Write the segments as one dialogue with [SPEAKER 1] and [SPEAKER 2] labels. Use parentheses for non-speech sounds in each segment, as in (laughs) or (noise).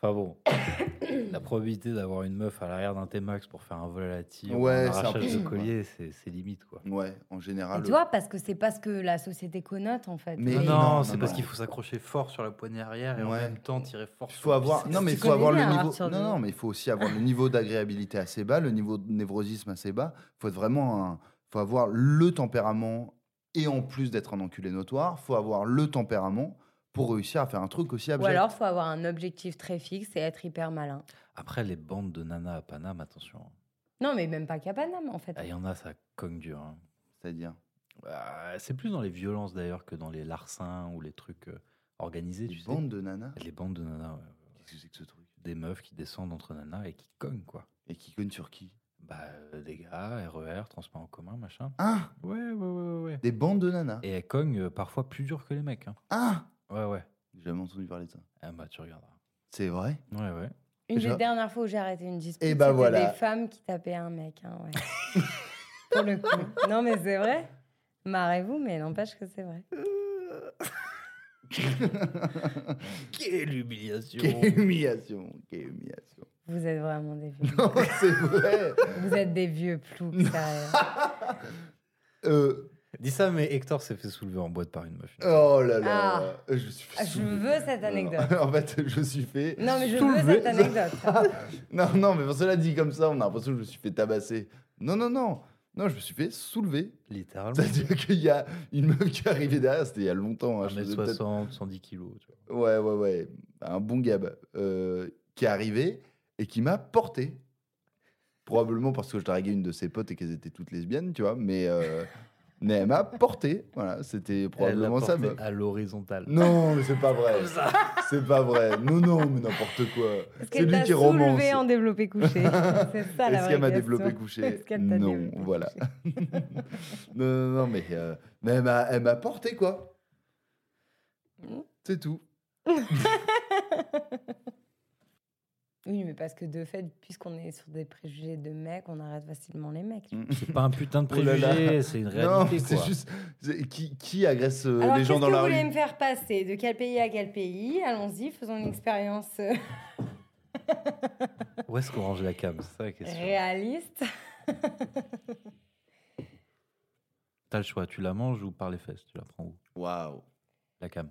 [SPEAKER 1] Enfin bon, (coughs) la probabilité d'avoir une meuf à l'arrière d'un T-Max pour faire un vol à la tire, ou
[SPEAKER 2] Ouais,
[SPEAKER 1] un
[SPEAKER 2] c'est un peu
[SPEAKER 1] arrachage de
[SPEAKER 2] ça, quoi.
[SPEAKER 1] collier, c'est c'est limite quoi.
[SPEAKER 2] Ouais, en général.
[SPEAKER 3] Tu vois, parce que c'est pas ce que la société connote, en fait.
[SPEAKER 2] Mais
[SPEAKER 1] non,
[SPEAKER 2] non,
[SPEAKER 1] non,
[SPEAKER 2] non,
[SPEAKER 1] c'est
[SPEAKER 2] non.
[SPEAKER 1] parce qu'il faut s'accrocher fort sur la poignée arrière et en
[SPEAKER 2] Ouais.
[SPEAKER 1] même temps tirer fort.
[SPEAKER 2] Il
[SPEAKER 1] sur
[SPEAKER 2] faut
[SPEAKER 1] le
[SPEAKER 2] avoir,
[SPEAKER 1] biceps.
[SPEAKER 2] non, mais
[SPEAKER 3] Tu
[SPEAKER 2] il faut avoir
[SPEAKER 3] connais
[SPEAKER 2] le
[SPEAKER 3] bien,
[SPEAKER 2] niveau.
[SPEAKER 3] Arthur
[SPEAKER 2] Non,
[SPEAKER 3] Denis.
[SPEAKER 2] non, mais il faut aussi avoir
[SPEAKER 3] (laughs)
[SPEAKER 2] le niveau d'agréabilité assez bas, le niveau de névrosisme assez bas. Il faut être vraiment, un- faut avoir le tempérament et en plus d'être un enculé notoire, faut avoir le tempérament pour réussir à faire un truc aussi
[SPEAKER 3] Ou
[SPEAKER 2] abject.
[SPEAKER 3] alors, faut avoir un objectif très fixe et être hyper malin.
[SPEAKER 1] Après, les bandes de nanas à Paname, attention.
[SPEAKER 3] Non, mais même pas qu'à Paname, en fait.
[SPEAKER 1] Ah, Il y en a, ça cogne dur. hein.
[SPEAKER 2] C'est-à-dire.
[SPEAKER 1] Ah, c'est plus dans les violences d'ailleurs que dans les larcins ou les trucs euh, organisés.
[SPEAKER 2] Des
[SPEAKER 1] tu sais.
[SPEAKER 2] bandes de nanas.
[SPEAKER 1] Les bandes de nanas, ouais.
[SPEAKER 2] Qu'est-ce que c'est que ce truc
[SPEAKER 1] des meufs qui descendent entre nanas et qui cognent quoi.
[SPEAKER 2] Et qui cogne sur qui
[SPEAKER 1] Bah, euh, des gars, RER, transport en commun, machin.
[SPEAKER 2] Ah
[SPEAKER 1] Ouais, ouais, ouais, ouais, ouais.
[SPEAKER 2] Des bandes de nanas.
[SPEAKER 1] Et elles cognent euh, parfois plus dur que les mecs. hein.
[SPEAKER 2] Ah
[SPEAKER 1] Ouais, ouais.
[SPEAKER 2] J'ai jamais entendu parler de ça.
[SPEAKER 1] Ah bah, tu regarderas.
[SPEAKER 2] C'est vrai
[SPEAKER 1] Ouais, ouais.
[SPEAKER 3] Une
[SPEAKER 2] Je-
[SPEAKER 3] des dernières fois où j'ai arrêté une dispute,
[SPEAKER 2] Eh ben
[SPEAKER 3] c'était
[SPEAKER 2] voilà.
[SPEAKER 3] des femmes qui tapaient un mec. hein, ouais. (laughs) Pour le coup. Non, mais c'est vrai. Marrez-vous, mais n'empêche que c'est vrai.
[SPEAKER 1] Quelle humiliation
[SPEAKER 2] Quelle humiliation Quelle humiliation (laughs)
[SPEAKER 3] Vous êtes vraiment des vieux.
[SPEAKER 2] Non, c'est vrai
[SPEAKER 3] Vous êtes des vieux
[SPEAKER 2] (laughs)
[SPEAKER 3] ploucs, sérieux.
[SPEAKER 2] Euh,
[SPEAKER 1] (laughs) Dis ça, mais Hector s'est fait soulever en boîte par une meuf.
[SPEAKER 2] Oh là là Je me suis fait
[SPEAKER 3] Ah, je
[SPEAKER 2] soulever.
[SPEAKER 3] veux cette
[SPEAKER 2] Non, non. (laughs)
[SPEAKER 3] anecdote.
[SPEAKER 2] en fait, je me suis fait.
[SPEAKER 3] Non, mais je veux
[SPEAKER 2] soulever.
[SPEAKER 3] cette
[SPEAKER 2] Ah,
[SPEAKER 3] anecdote.
[SPEAKER 2] (laughs) non, non, mais cela dit comme ça, on a l'impression que je me suis fait tabasser. Non, non, non. Non, je me suis fait soulever. (laughs)
[SPEAKER 1] Littéralement.
[SPEAKER 2] C'est-à-dire qu'il y a une meuf qui est arrivée derrière, c'était il y a longtemps. hein, je faisais peut-être
[SPEAKER 1] 1m60, 110 kilos. Tu vois.
[SPEAKER 2] Ouais, ouais, ouais. Un bon gab euh, qui est arrivé et qui m'a porté. Probablement parce que je draguais une de ses potes et qu'elles étaient toutes lesbiennes, tu vois. Mais,
[SPEAKER 1] (laughs)
[SPEAKER 2] euh, mais elle m'a porté. Voilà, c'était
[SPEAKER 1] Elle l'a
[SPEAKER 2] probablement ça.
[SPEAKER 1] porté
[SPEAKER 2] meuf.
[SPEAKER 1] à l'horizontale.
[SPEAKER 2] Non, mais c'est pas vrai.
[SPEAKER 1] Comme ça.
[SPEAKER 2] C'est pas vrai. Non, non, mais n'importe quoi.
[SPEAKER 3] Est-ce
[SPEAKER 2] C'est
[SPEAKER 3] qu'elle
[SPEAKER 2] lui
[SPEAKER 3] t'a
[SPEAKER 2] qui romance.
[SPEAKER 3] soulevé en
[SPEAKER 2] (laughs)
[SPEAKER 3] développé couché C'est ça la
[SPEAKER 2] Est-ce qu'elle
[SPEAKER 3] vraie
[SPEAKER 2] m'a
[SPEAKER 3] question.
[SPEAKER 2] développé couché
[SPEAKER 3] Est-ce qu'elle t'a
[SPEAKER 2] Non,
[SPEAKER 3] développé
[SPEAKER 2] voilà. non, non, non, mais, euh, mais elle m'a- elle m'a porté, quoi.
[SPEAKER 3] Mm.
[SPEAKER 2] C'est tout.
[SPEAKER 3] Oui, mais parce que de fait, puisqu'on est sur des préjugés de mecs, on arrête facilement les
[SPEAKER 2] Mm. (laughs)
[SPEAKER 3] mecs.
[SPEAKER 2] Euh,
[SPEAKER 1] C'est pas un putain de
[SPEAKER 2] Oh là là.
[SPEAKER 1] préjugé, c'est une
[SPEAKER 2] Non,
[SPEAKER 1] réalité.
[SPEAKER 2] c'est
[SPEAKER 1] quoi.
[SPEAKER 2] juste c'est- qui, qui agresse euh,
[SPEAKER 3] Alors,
[SPEAKER 2] les gens
[SPEAKER 3] qu'est-ce
[SPEAKER 2] dans
[SPEAKER 3] que
[SPEAKER 2] la
[SPEAKER 3] vous
[SPEAKER 2] rue.
[SPEAKER 3] voulez me faire passer De quel pays à quel pays Allons-y, faisons une expérience euh,
[SPEAKER 1] Où est-ce qu'on range la cam C'est ça la question.
[SPEAKER 3] réaliste.
[SPEAKER 1] T'as le choix, tu la manges ou par les fesses Tu la prends où
[SPEAKER 2] Waouh.
[SPEAKER 1] La cam.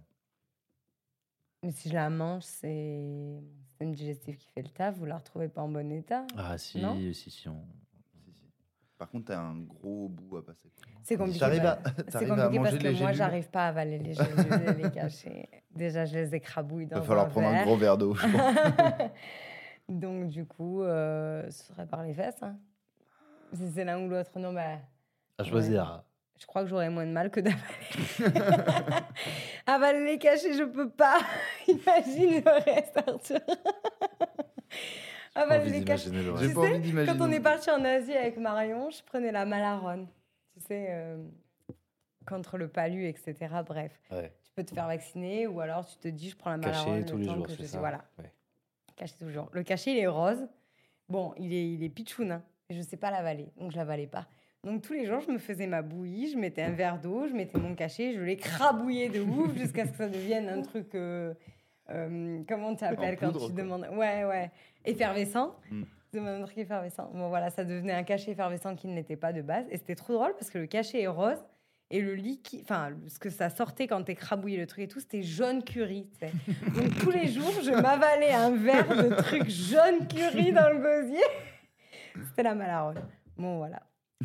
[SPEAKER 3] Mais si je la mange, c'est mon système digestif qui fait le taf. Vous la retrouvez pas en bon état.
[SPEAKER 1] Ah si,
[SPEAKER 3] Non
[SPEAKER 1] si, si. On...
[SPEAKER 2] Par contre, t'as un gros bout à passer.
[SPEAKER 3] C'est compliqué.
[SPEAKER 2] T'arrives à,
[SPEAKER 3] parce- C'est
[SPEAKER 2] t'arrives à
[SPEAKER 3] compliqué parce
[SPEAKER 2] manger
[SPEAKER 3] que
[SPEAKER 2] les
[SPEAKER 3] moi,
[SPEAKER 2] gélules.
[SPEAKER 3] j'arrive pas à avaler les gélules et les cacher. Déjà, je les écrabouille dans
[SPEAKER 2] (laughs) Va falloir
[SPEAKER 3] un
[SPEAKER 2] prendre un
[SPEAKER 3] verre.
[SPEAKER 2] gros verre d'eau,
[SPEAKER 3] (laughs)
[SPEAKER 2] je pense.
[SPEAKER 3] Donc, du coup, euh, ce serait par les fesses. hein. Si c'est l'un ou l'autre, non, bah,
[SPEAKER 1] À choisir.
[SPEAKER 3] je crois que j'aurais moins de mal que d'avaler.
[SPEAKER 1] (laughs)
[SPEAKER 3] avaler les cachets, je peux pas. (laughs) Imagine le reste,
[SPEAKER 1] (laughs)
[SPEAKER 3] Arthur. avaler bah, les cachets.
[SPEAKER 1] d'imaginer le
[SPEAKER 2] J'ai
[SPEAKER 1] reste.
[SPEAKER 3] Tu
[SPEAKER 2] pas
[SPEAKER 3] sais,
[SPEAKER 2] envie d'imaginer.
[SPEAKER 3] Quand on est parti en Asie avec Marion, je prenais la malaronne. Tu sais, euh, contre le palu, etc. Bref,
[SPEAKER 1] Ouais.
[SPEAKER 3] tu peux te faire vacciner ou alors tu te dis, je prends la
[SPEAKER 1] Caché
[SPEAKER 3] malaronne. le
[SPEAKER 1] tous les
[SPEAKER 3] temps
[SPEAKER 1] jours,
[SPEAKER 3] que je
[SPEAKER 1] c'est
[SPEAKER 3] sais-
[SPEAKER 1] ça
[SPEAKER 3] Voilà.
[SPEAKER 1] Ouais.
[SPEAKER 3] Caché toujours. Le cachet, il est rose. Bon, il est, il est pitchoun, hein. Je sais pas l'avaler, donc je l'avalais pas. Donc tous les jours, je me faisais ma bouillie, je mettais un verre d'eau, je mettais mon cachet, je l'écrabouillais de ouf
[SPEAKER 2] (laughs)
[SPEAKER 3] jusqu'à ce que ça devienne un truc. euh, euh, comment tu appelles quand
[SPEAKER 2] poudre,
[SPEAKER 3] tu
[SPEAKER 2] quoi.
[SPEAKER 3] demandes Ouais, ouais. Effervescent.
[SPEAKER 2] Mm.
[SPEAKER 3] Tu demandes un truc effervescent. Bon, voilà, ça devenait un cachet effervescent qui ne l'était pas de base. Et c'était trop drôle parce que le cachet est rose et le liquide, enfin, ce que ça sortait quand t'écrabouillais le truc et tout, c'était jaune curry. tu sais. Donc tous les jours, je m'avalais un verre de truc jaune curry dans le gosier. C'était la malaronne. Bon, voilà.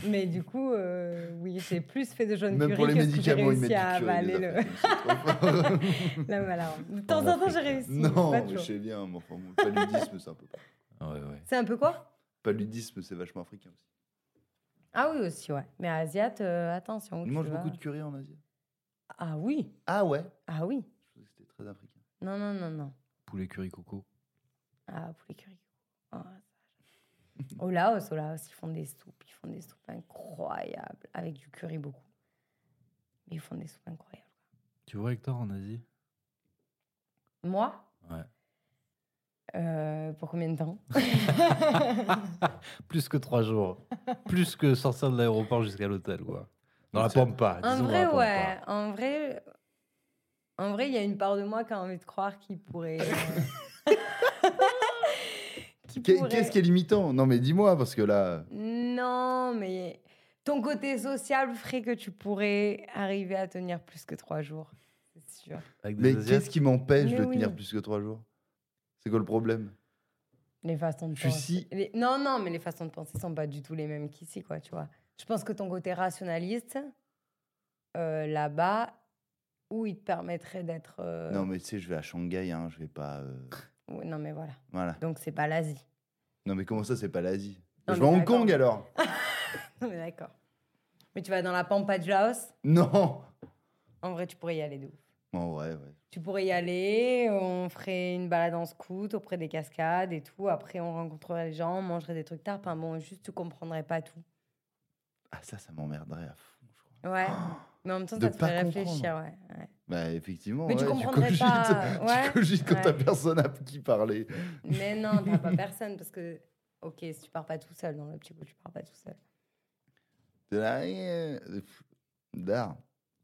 [SPEAKER 3] Mais du coup, euh, oui, j'ai plus fait de jaune
[SPEAKER 2] Même
[SPEAKER 3] curry
[SPEAKER 2] pour les
[SPEAKER 3] que ce que j'ai
[SPEAKER 2] médicaments, ils
[SPEAKER 3] réussi
[SPEAKER 2] mettent
[SPEAKER 3] à
[SPEAKER 2] du curry,
[SPEAKER 3] avaler
[SPEAKER 2] les
[SPEAKER 3] le-
[SPEAKER 2] affaires, c'est trop fort.
[SPEAKER 3] la malaronne. De temps en temps, j'ai réussi. mais pas
[SPEAKER 2] (laughs) Non, mais
[SPEAKER 3] toujours.
[SPEAKER 2] je sais bien. mais enfin, bon, le paludisme, c'est un peu.
[SPEAKER 1] Ouais, ouais.
[SPEAKER 3] C'est un peu quoi
[SPEAKER 2] Paludisme, c'est vachement africain aussi.
[SPEAKER 3] Ah oui, aussi, ouais. Mais asiate, euh, attention.
[SPEAKER 2] On
[SPEAKER 3] tu
[SPEAKER 2] mange
[SPEAKER 3] vois.
[SPEAKER 2] beaucoup de curry en Asie.
[SPEAKER 3] Ah oui,
[SPEAKER 2] Ah ouais
[SPEAKER 3] ah oui.
[SPEAKER 2] Je pensais que c'était très africain.
[SPEAKER 3] Non, non, non, non.
[SPEAKER 1] Poulet curry coco.
[SPEAKER 3] Ah, poulet curry. Ah, ça, j'adore. au Laos, au Laos, ils font des soupes. Ils font des soupes incroyables. Avec du curry beaucoup. Mais ils font des soupes incroyables.
[SPEAKER 1] Tu vois Hector en Asie
[SPEAKER 3] Moi
[SPEAKER 1] Ouais.
[SPEAKER 3] euh, Pour combien de temps
[SPEAKER 1] Plus que trois
[SPEAKER 3] (laughs)
[SPEAKER 1] jours. Plus que sortir de l'aéroport jusqu'à l'hôtel, quoi. Dans la
[SPEAKER 2] C'est-
[SPEAKER 1] pampa.
[SPEAKER 3] En
[SPEAKER 1] Bah, disons dans
[SPEAKER 3] vrai,
[SPEAKER 1] la pampa.
[SPEAKER 3] ouais. En vrai, en vrai, il y a une part de moi qui a envie de croire qu'il pourrait. euh, qui
[SPEAKER 2] Qu'est-
[SPEAKER 3] pourrait-
[SPEAKER 2] Qu'est-ce qui est limitant Non, mais dis-moi, parce que là.
[SPEAKER 3] Non, mais ton côté sociable ferait que tu pourrais arriver à tenir plus que trois jours. C'est sûr.
[SPEAKER 1] Avec des
[SPEAKER 2] Mais
[SPEAKER 1] Asiates.
[SPEAKER 2] qu'est-ce qui m'empêche
[SPEAKER 3] Mais
[SPEAKER 2] de
[SPEAKER 3] oui.
[SPEAKER 2] tenir plus que trois jours C'est quoi le problème
[SPEAKER 3] Les façons de
[SPEAKER 2] Je suis
[SPEAKER 3] penser.
[SPEAKER 2] si-
[SPEAKER 3] les- Non, non, mais les façons de penser sont pas du tout les mêmes qu'ici, quoi, tu vois. Je pense que ton côté rationaliste, euh, là-bas, où il te permettrait d'être. euh,
[SPEAKER 2] Non, mais tu sais, je vais à Shanghai, hein, je vais pas. euh,
[SPEAKER 3] (laughs) ouais, non, mais voilà.
[SPEAKER 2] Voilà.
[SPEAKER 3] Donc, c'est pas l'Asie.
[SPEAKER 2] Non, mais comment ça, c'est pas l'Asie
[SPEAKER 3] Non,
[SPEAKER 2] Je vais
[SPEAKER 3] mais
[SPEAKER 2] à Hong
[SPEAKER 3] d'accord.
[SPEAKER 2] Kong alors
[SPEAKER 3] Non, mais d'accord. Mais tu vas dans la pampa de Laos,
[SPEAKER 2] Non
[SPEAKER 3] en vrai, tu pourrais y aller de ouf.
[SPEAKER 2] Bon, ouais, ouais.
[SPEAKER 3] Tu pourrais y aller, on ferait une balade en scout auprès des cascades et tout. Après, on rencontrerait les gens, on mangerait des trucs tard. Enfin bon, juste, tu comprendrais pas tout.
[SPEAKER 2] Ah, ça, ça m'emmerderait à fond, je crois. (gasps)
[SPEAKER 3] Ouais. Mais en même temps,
[SPEAKER 2] De
[SPEAKER 3] ça te ferait
[SPEAKER 2] pas
[SPEAKER 3] réfléchir, ouais. ouais.
[SPEAKER 2] Bah, effectivement.
[SPEAKER 3] Mais tu
[SPEAKER 2] ouais,
[SPEAKER 3] comprendrais
[SPEAKER 2] cogites, (laughs)
[SPEAKER 3] pas,
[SPEAKER 2] tu
[SPEAKER 3] ouais,
[SPEAKER 2] cogites quand t'as
[SPEAKER 3] ouais.
[SPEAKER 2] personne à qui parler.
[SPEAKER 3] Mais non, t'as pas personne parce que, ok, si tu pars pas tout seul dans le petit coup, tu pars pas tout seul.
[SPEAKER 2] T'es là, euh, pff, D'art.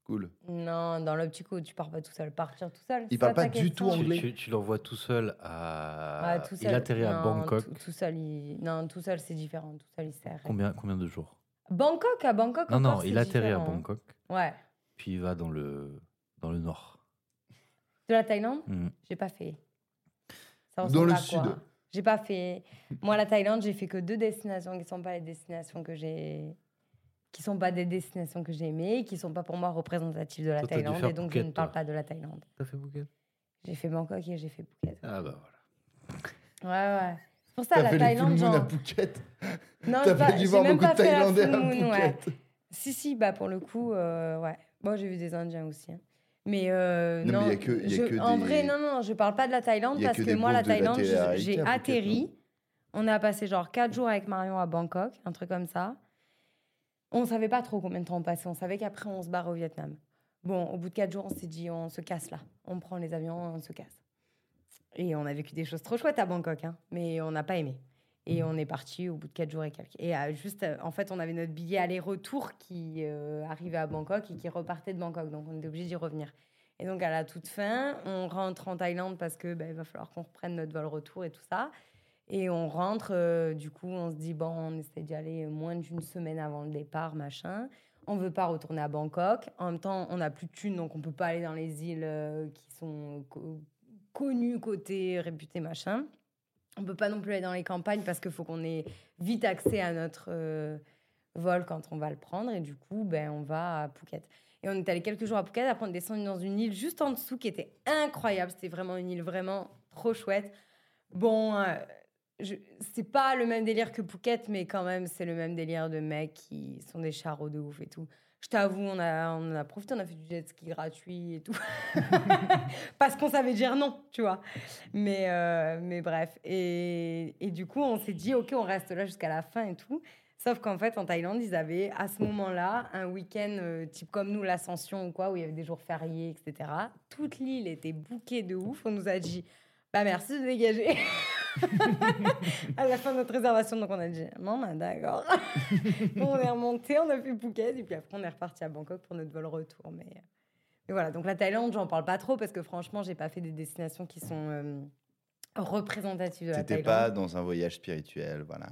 [SPEAKER 2] Cool.
[SPEAKER 3] Non, dans le petit coup, tu pars pas tout seul. Partir tout seul.
[SPEAKER 2] Il
[SPEAKER 3] c'est
[SPEAKER 2] parle pas
[SPEAKER 3] ta
[SPEAKER 2] du
[SPEAKER 3] question.
[SPEAKER 2] tout anglais.
[SPEAKER 1] Tu, tu- tu l'envoies tout seul à.
[SPEAKER 3] Ah, tout seul.
[SPEAKER 1] euh, Il atterrit à
[SPEAKER 3] non,
[SPEAKER 1] Bangkok.
[SPEAKER 3] Tout, tout seul, il- non, tout seul, c'est différent. Tout seul, il sert.
[SPEAKER 1] Combien, combien de jours
[SPEAKER 3] Bangkok, à Bangkok.
[SPEAKER 1] Non,
[SPEAKER 3] encore,
[SPEAKER 1] non, il
[SPEAKER 3] c'est
[SPEAKER 1] atterrit à
[SPEAKER 3] différent, hein.
[SPEAKER 1] Bangkok,
[SPEAKER 3] Ouais.
[SPEAKER 1] puis il va dans le, dans le nord.
[SPEAKER 3] De la Thaïlande,
[SPEAKER 1] Hmm.
[SPEAKER 3] j'ai pas fait. Ça
[SPEAKER 2] Dans
[SPEAKER 3] ressemble
[SPEAKER 2] le
[SPEAKER 3] à
[SPEAKER 2] sud.
[SPEAKER 3] quoi J'ai pas fait. Moi, la Thaïlande, j'ai fait que deux destinations qui sont pas les destinations que j'ai. qui sont pas des destinations que j'ai aimées, qui sont pas pour moi représentatives de la
[SPEAKER 1] Toi, t'as dû
[SPEAKER 3] Thaïlande,
[SPEAKER 1] faire
[SPEAKER 3] et donc je
[SPEAKER 1] Phuket,
[SPEAKER 3] ne parle
[SPEAKER 1] toi.
[SPEAKER 3] pas de la Thaïlande.
[SPEAKER 1] T'as fait Bouquet
[SPEAKER 3] J'ai fait Bangkok et j'ai fait Phuket.
[SPEAKER 1] Ah, bah voilà.
[SPEAKER 3] Ouais, ouais. C'est pour ça,
[SPEAKER 2] T'as
[SPEAKER 3] la
[SPEAKER 2] fait les full
[SPEAKER 3] Thaïlande,
[SPEAKER 2] moon à
[SPEAKER 3] genre.
[SPEAKER 2] Phuket.
[SPEAKER 3] Non, j'ai
[SPEAKER 2] T'as
[SPEAKER 3] pas-
[SPEAKER 2] pas dû
[SPEAKER 3] j'ai
[SPEAKER 2] voir
[SPEAKER 3] même
[SPEAKER 2] beaucoup de
[SPEAKER 3] pas fait la
[SPEAKER 2] Thaïlandais
[SPEAKER 3] full
[SPEAKER 2] à
[SPEAKER 3] moon, ouais.
[SPEAKER 2] Phuket.
[SPEAKER 3] Si, si, bah pour le coup, euh, ouais. Moi, j'ai vu des Indiens aussi. hein. Mais euh,
[SPEAKER 2] Non, mais
[SPEAKER 3] non,
[SPEAKER 2] il y a que- il y a
[SPEAKER 3] je-
[SPEAKER 2] que
[SPEAKER 3] en
[SPEAKER 2] des-
[SPEAKER 3] vrai, non, non, je parle pas de la Thaïlande
[SPEAKER 2] Il y a
[SPEAKER 3] parce
[SPEAKER 2] que
[SPEAKER 3] que,
[SPEAKER 2] des
[SPEAKER 3] moi, la
[SPEAKER 2] beaufs de la
[SPEAKER 3] Thaïlande, je-
[SPEAKER 2] télé-réalité
[SPEAKER 3] j'ai
[SPEAKER 2] à Phuket,
[SPEAKER 3] atterri. On a passé genre 4 jours avec Marion à Bangkok, un truc comme ça. On savait pas trop combien de temps on passait. On savait qu'après, on se barre au Vietnam. Bon, au bout de 4 jours, on s'est dit, on se casse là. On prend les avions, on se casse. Et on a vécu des choses trop chouettes à Bangkok, hein, mais on n'a pas aimé. Et
[SPEAKER 2] Mm.
[SPEAKER 3] on est parti au bout de quatre jours et quelques. Et euh, juste, euh, en fait, on avait notre billet aller-retour qui euh, arrivait à Bangkok et qui repartait de Bangkok. Donc, on était obligé d'y revenir. Et donc, à la toute fin, on rentre en Thaïlande parce que ben, il va falloir qu'on reprenne notre vol retour et tout ça. Et on rentre, euh, du coup, on se dit, bon, on essaie d'y aller moins d'une semaine avant le départ, machin. On veut pas retourner à Bangkok. En même temps, on n'a plus de thunes, donc on peut pas aller dans les îles euh, qui sont co- connues, côté réputé, machin. On peut pas non plus aller dans les campagnes parce qu'il faut qu'on ait vite accès à notre euh, vol quand on va le prendre. Et du coup, ben, on va à Phuket. Et on est allé quelques jours à Phuket. Après, on est descendu dans une île juste en dessous qui était incroyable. C'était vraiment une île vraiment trop chouette. Bon, euh, je- c'est pas le même délire que Phuket, mais quand même, c'est le même délire de mecs qui sont des charros de ouf et tout. Je t'avoue, on, a, on en a profité, on a fait du jet ski gratuit et tout. (laughs) Parce qu'on savait dire non, tu vois. Mais, euh, mais bref. Et, et du coup, on s'est dit, OK, on reste là jusqu'à la fin et tout. Sauf qu'en fait, en Thaïlande, ils avaient à ce moment-là un week-end euh, type comme nous, l'ascension ou quoi, où il y avait des jours fériés, etc. Toute l'île était bouquée de ouf. On nous a dit, bah merci
[SPEAKER 2] (laughs)
[SPEAKER 3] de dégager. à la fin de notre réservation, donc on a dit, non,
[SPEAKER 2] (laughs)
[SPEAKER 3] bah, d'accord. on est remonté, on a fait Phuket, et puis après, on est reparti à Bangkok pour notre vol retour. Mais, euh, mais voilà, donc la Thaïlande, j'en parle pas trop parce que franchement, j'ai pas fait des destinations qui sont euh, représentatives de la
[SPEAKER 2] T'étais
[SPEAKER 3] Thaïlande.
[SPEAKER 2] pas dans un voyage spirituel, voilà.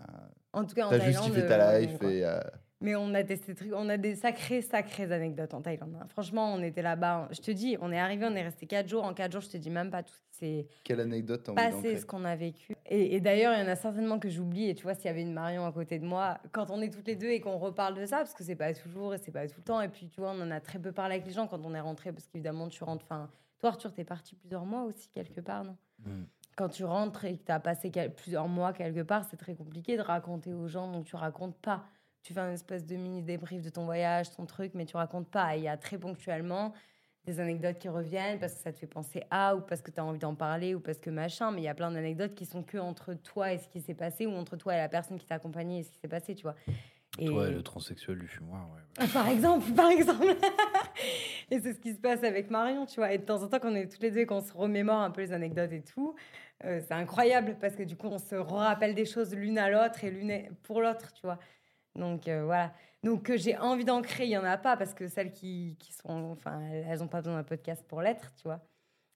[SPEAKER 3] En tout cas, en
[SPEAKER 2] T'as
[SPEAKER 3] Thaïlande.
[SPEAKER 2] justifié ta
[SPEAKER 3] euh,
[SPEAKER 2] life
[SPEAKER 3] quoi.
[SPEAKER 2] et. euh,
[SPEAKER 3] Mais on a testé des trucs, on a des sacrées, sacrées anecdotes en Thaïlande. hein. Franchement, on était là-bas. on- Je te dis, on est arrivé, on est resté quatre jours. En quatre jours, je te dis même pas tout ce qui s'est
[SPEAKER 2] Quelle anecdote t'as envie
[SPEAKER 3] passé,
[SPEAKER 2] d'ancrer
[SPEAKER 3] Bah, ce qu'on a vécu. Et, et d'ailleurs, il y en a certainement que j'oublie. Et tu vois, s'il y avait une Marion à côté de moi, quand on est toutes les deux et qu'on reparle de ça, parce que c'est pas toujours et c'est pas tout le temps. Et puis, tu vois, on en a très peu parlé avec les gens quand on est rentré, parce qu'évidemment, tu rentres. Enfin, toi, Arthur, t'es parti plusieurs mois aussi, quelque part, non
[SPEAKER 1] Hmm.
[SPEAKER 3] quand tu rentres et que tu as passé quel- plusieurs mois quelque part, c'est très compliqué de raconter aux gens, donc tu racontes pas. Tu fais un espèce de mini débrief de ton voyage, ton truc, mais tu racontes pas. Et Il y a très ponctuellement des anecdotes qui reviennent parce que ça te fait penser à, ou parce que tu as envie d'en parler, ou parce que machin, mais il y a plein d'anecdotes qui sont que entre toi et ce qui s'est passé, ou entre toi et la personne qui t'a accompagné et ce qui s'est passé, tu vois. Et-
[SPEAKER 1] Toi, le transsexuel du fumoir, ouais. ouais.
[SPEAKER 3] Ah, par exemple, par exemple. (laughs) et c'est ce qui se passe avec Marion, tu vois. Et de temps en temps, qu'on est toutes les deux et qu'on se remémore un peu les anecdotes et tout, euh, c'est incroyable parce que du coup, on se rappelle des choses l'une à l'autre et l'une est- pour l'autre, tu vois. Donc euh, voilà. Donc que j'ai envie d'ancrer, il y en a pas parce que celles qui, qui sont, enfin, elles n'ont pas besoin d'un podcast pour l'être, tu vois.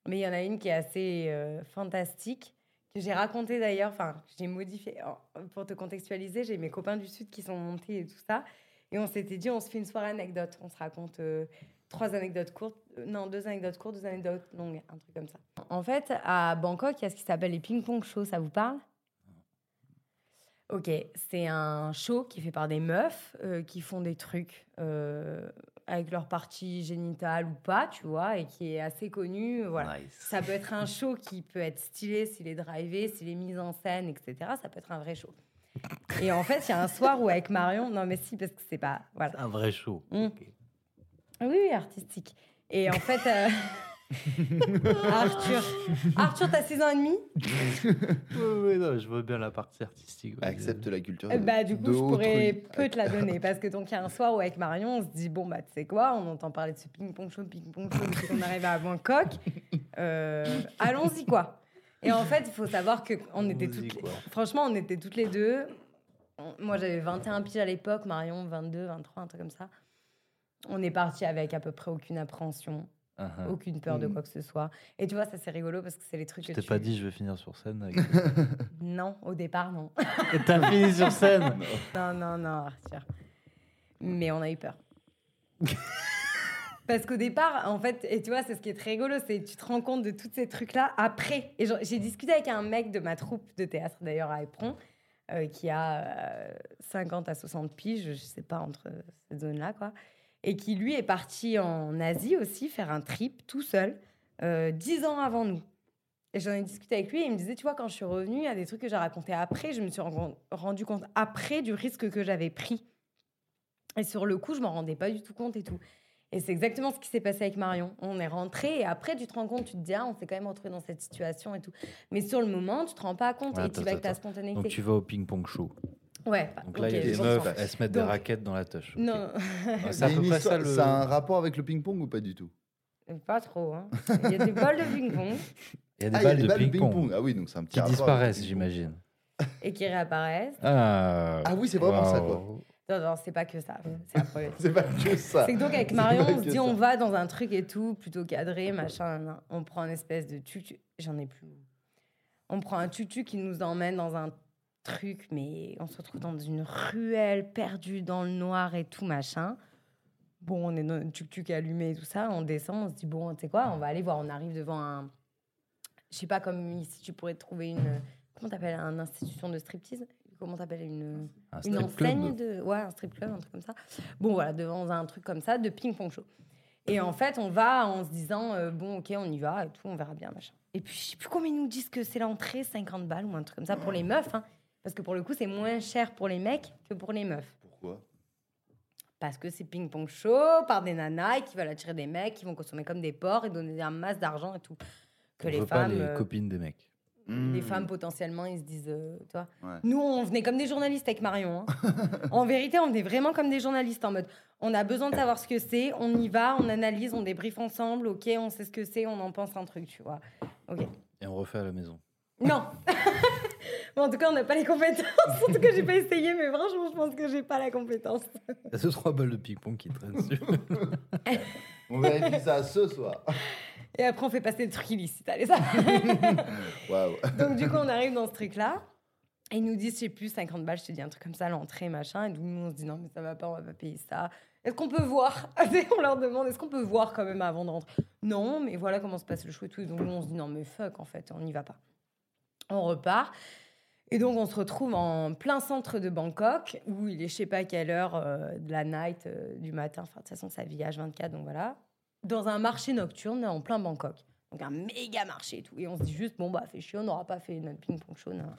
[SPEAKER 3] Mais il y en a une qui est assez euh, fantastique, que j'ai raconté d'ailleurs, enfin, que j'ai modifié. Alors, Pour te contextualiser, j'ai mes copains du Sud qui sont montés et tout ça. Et on s'était dit, on se fait une soirée anecdote. On se raconte euh, trois anecdotes courtes, euh, non, deux anecdotes courtes, deux anecdotes longues, un truc comme ça. En fait, à Bangkok, il y a ce qui s'appelle les ping-pong shows. Ça vous parle Ok, c'est un show qui est fait par des meufs euh, qui font des trucs euh, avec leur partie génitale ou pas, tu vois, et qui est assez connu. euh, Voilà.
[SPEAKER 1] Nice.
[SPEAKER 3] Ça peut être un show qui peut être stylé s'il est drivé, s'il est mis en scène, etc. Ça peut être un vrai show. Et en fait, il y a un soir où avec Marion, non mais si parce que c'est pas voilà.
[SPEAKER 1] C'est un vrai show.
[SPEAKER 3] Mm.
[SPEAKER 1] Ok.
[SPEAKER 3] Oui, oui, artistique. Et en fait, euh, Arthur, Arthur, t'as 6 ans et demi
[SPEAKER 1] Ouais, ouais, non, je veux bien la partie artistique. ouais.
[SPEAKER 2] Bah, Accepte la culture.
[SPEAKER 3] Euh,
[SPEAKER 2] de-
[SPEAKER 3] Bah, du coup, je
[SPEAKER 2] d'autrui.
[SPEAKER 3] pourrais peu te la donner. Parce que donc, il y a un soir où, avec Marion, on se dit bon, bah, tu sais quoi, on entend parler de ce ping-pong show, ping-pong show, depuis qu'on arrive
[SPEAKER 1] (laughs)
[SPEAKER 3] à Bangkok. Euh, Allons-y, quoi. Et en fait, il faut savoir que on était
[SPEAKER 1] Vas-y,
[SPEAKER 3] toutes les-
[SPEAKER 1] quoi.
[SPEAKER 3] Franchement, on était toutes les deux. On- Moi, j'avais 21 piges à l'époque, Marion 22, 23, un truc comme ça. On est parti avec à peu près aucune appréhension,
[SPEAKER 1] Ah, ah.
[SPEAKER 3] aucune peur de
[SPEAKER 2] Mhm.
[SPEAKER 3] quoi que ce soit. Et tu vois, ça c'est rigolo parce que c'est les trucs
[SPEAKER 1] Je
[SPEAKER 3] que
[SPEAKER 1] t'ai
[SPEAKER 3] tu...
[SPEAKER 1] pas dit je vais finir sur scène.
[SPEAKER 3] (laughs)
[SPEAKER 1] Avec...
[SPEAKER 3] Non, au départ, non.
[SPEAKER 1] Et T'as fini sur scène
[SPEAKER 3] (laughs) Non, non, non, Arthur. Mais on a eu peur. Parce qu'au départ, en fait, et tu vois, c'est ce qui est très rigolo, c'est que tu te rends compte de tous ces trucs-là après. Et genre, j'ai discuté avec un mec de ma troupe de théâtre, d'ailleurs, à Éperon, euh, qui a euh, 50 à 60 piges, je sais pas, entre cette zone-là, quoi. Et qui, lui, est parti en Asie aussi faire un trip tout seul, euh, 10 ans avant nous. Et j'en ai discuté avec lui et il me disait, tu vois, quand je suis revenue, il y a des trucs que j'ai racontés après. Je me suis ren- rendu compte après du risque que j'avais pris. Et sur le coup, je m'en rendais pas du tout compte et tout. Et c'est exactement ce qui s'est passé avec Marion. On est rentré et après, tu te rends compte, tu te dis, ah, on s'est quand même retrouvé dans cette situation et tout. Mais sur le moment, tu te rends pas compte
[SPEAKER 1] Ouais,
[SPEAKER 3] et tu
[SPEAKER 1] attends,
[SPEAKER 3] vas avec ta
[SPEAKER 1] attends.
[SPEAKER 3] spontanéité.
[SPEAKER 1] Donc tu vas au ping-pong show.
[SPEAKER 3] Ouais,
[SPEAKER 1] Donc là, il y
[SPEAKER 3] Bah, ok,
[SPEAKER 1] a des
[SPEAKER 3] je
[SPEAKER 1] meufs,
[SPEAKER 3] comprends.
[SPEAKER 1] elles se mettent
[SPEAKER 3] Donc-
[SPEAKER 1] des raquettes dans la touche.
[SPEAKER 3] Non,
[SPEAKER 1] Ah, c'est à
[SPEAKER 2] Mais
[SPEAKER 1] peu
[SPEAKER 2] une
[SPEAKER 1] près
[SPEAKER 2] histoire-
[SPEAKER 1] ça le.
[SPEAKER 2] ça a un rapport avec le ping-pong ou pas du tout Ah,
[SPEAKER 3] pas trop. hein. Il y a des bols de (laughs) ping-pong
[SPEAKER 1] Il y a des
[SPEAKER 2] Ah, il y a
[SPEAKER 1] balles de ping-pong
[SPEAKER 2] Ah oui, donc c'est un petit
[SPEAKER 1] qui
[SPEAKER 2] rapport avec le
[SPEAKER 1] disparaissent,
[SPEAKER 2] ping-pong.
[SPEAKER 1] j'imagine.
[SPEAKER 3] et qui réapparaissent.
[SPEAKER 1] Ah,
[SPEAKER 2] Ah oui, c'est vraiment ça, quoi.
[SPEAKER 1] waouh.
[SPEAKER 3] Non, non, c'est pas que ça. C'est la problématique.
[SPEAKER 2] (laughs) C'est pas que ça.
[SPEAKER 3] C'est que donc avec
[SPEAKER 2] C'est
[SPEAKER 3] Marion,
[SPEAKER 2] pas
[SPEAKER 3] on se
[SPEAKER 2] que
[SPEAKER 3] dit
[SPEAKER 2] ça.
[SPEAKER 3] on va dans un truc et tout, plutôt cadré, machin. nan, nan. On prend une espèce de tutu. J'en ai plus. On prend un tutu qui nous emmène dans un truc, mais on se retrouve dans une ruelle perdue dans le noir et tout, machin. Bon, on est dans un tuk-tuk allumé et tout ça. On descend, on se dit bon, tu sais quoi, on va aller voir. On arrive devant un. Je sais pas, comme ici, tu pourrais trouver une. Comment t'appelles Un institution de striptease Comment t'appelles une
[SPEAKER 1] Ah, Un
[SPEAKER 3] une
[SPEAKER 1] strip club.
[SPEAKER 3] enseigne de ouais un strip club un truc comme ça bon voilà devant un truc comme ça de ping pong show et en fait on va en se disant euh, bon ok on y va et tout on verra bien machin et puis je sais plus combien ils nous disent que c'est l'entrée 50 balles ou un truc comme ça pour les meufs hein. parce que pour le coup c'est moins cher pour les mecs que pour les meufs
[SPEAKER 2] Pourquoi
[SPEAKER 3] parce que c'est ping-pong chaud par des nanas et qui veulent attirer des mecs qui vont consommer comme des porcs et donner un masse d'argent et tout que
[SPEAKER 1] On
[SPEAKER 3] les
[SPEAKER 1] veut pas
[SPEAKER 3] femmes
[SPEAKER 1] les
[SPEAKER 3] euh,
[SPEAKER 1] copines des mecs.
[SPEAKER 3] les
[SPEAKER 2] Hmm.
[SPEAKER 3] femmes potentiellement ils se disent euh, tu vois
[SPEAKER 2] Ouais.
[SPEAKER 3] nous on venait comme des journalistes avec Marion hein. en vérité on venait vraiment comme des journalistes en mode on a besoin de savoir ce que c'est on y va on analyse on débriefe ensemble ok on sait ce que c'est on en pense un truc tu vois
[SPEAKER 1] Et on refait à la maison.
[SPEAKER 3] non (laughs) Bon, en tout cas on n'a pas les compétences en tout cas j'ai pas essayé mais franchement je pense que j'ai pas la compétence
[SPEAKER 1] Il y a deux, trois balles de ping-pong qui traînent (laughs) dessus.
[SPEAKER 2] On vérifie ça ce soir.
[SPEAKER 3] et après on fait passer des trucs illicites allez ça
[SPEAKER 2] Waouh.
[SPEAKER 3] Donc, du coup, on arrive dans ce truc-là. Et ils nous disent, je sais plus, 50 balles, je te dis un truc comme ça, l'entrée, machin. Et donc, nous, on se dit, non, mais ça va pas, on va pas payer ça. Est-ce qu'on peut voir (laughs) On leur demande, est-ce qu'on peut voir quand même avant de rentrer Non, mais voilà comment se passe le show et tout. Et Donc, nous, on se dit, non, mais fuck, en fait, on n'y va pas. On repart. Et donc, on se retrouve en plein centre de Bangkok, où il est je sais pas quelle heure euh, de la night, euh, du matin. Enfin, de toute façon, ça village 24, donc voilà. Dans un marché nocturne en plein Bangkok. Donc un méga marché et tout. Et on se dit juste, bon, bah, fait chier, on n'aura pas fait notre ping-pong show. nan.